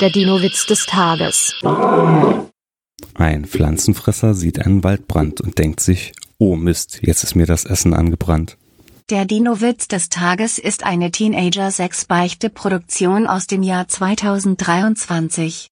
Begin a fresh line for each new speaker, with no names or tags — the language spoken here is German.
Der Dino-Witz des Tages.
Ein Pflanzenfresser sieht einen Waldbrand und denkt sich, oh Mist, jetzt ist mir das Essen angebrannt.
Der Dino-Witz des Tages ist eine Teenager-6-Beichte-Produktion aus dem Jahr 2023.